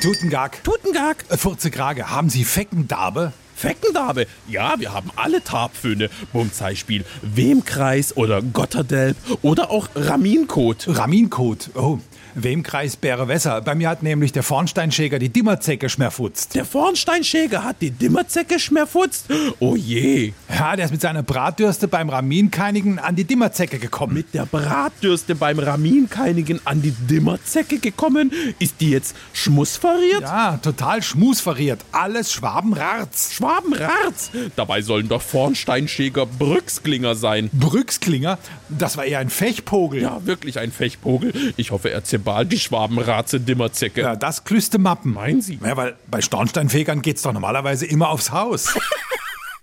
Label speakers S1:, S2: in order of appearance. S1: Tutengag.
S2: Tutengag.
S1: Furzekrage, äh, haben Sie Feckendarbe?
S2: Feckendarbe. Ja, wir haben alle Tarpföhne. Beim Beispiel Wemkreis oder Gotterdelb oder auch Raminkot.
S1: Raminkot. Oh, Wemkreis Bäre Wässer. Bei mir hat nämlich der Vornsteinschäger die Dimmerzecke schmerfutzt.
S2: Der Vornsteinschäger hat die Dimmerzecke schmerfutzt. Oh je.
S1: Ja, der ist mit seiner Bratdürste beim Raminkeinigen an die Dimmerzecke gekommen.
S2: Mit der Bratdürste beim Raminkeinigen an die Dimmerzecke gekommen? Ist die jetzt schmussverriert?
S1: Ja, total schmusverriert. Alles Schwabenrarz.
S2: Schwabenrarz. Dabei sollen doch Vornsteinschäger Brüxklinger sein.
S1: Brüxklinger? Das war eher ein Fechpogel.
S2: Ja, wirklich ein Fechpogel. Ich hoffe, er zerbalt die Schwabenratze Dimmerzecke.
S1: Ja, das klüste Mappen.
S2: Meinen Sie?
S1: Ja, weil bei Stornsteinfegern geht's doch normalerweise immer aufs Haus.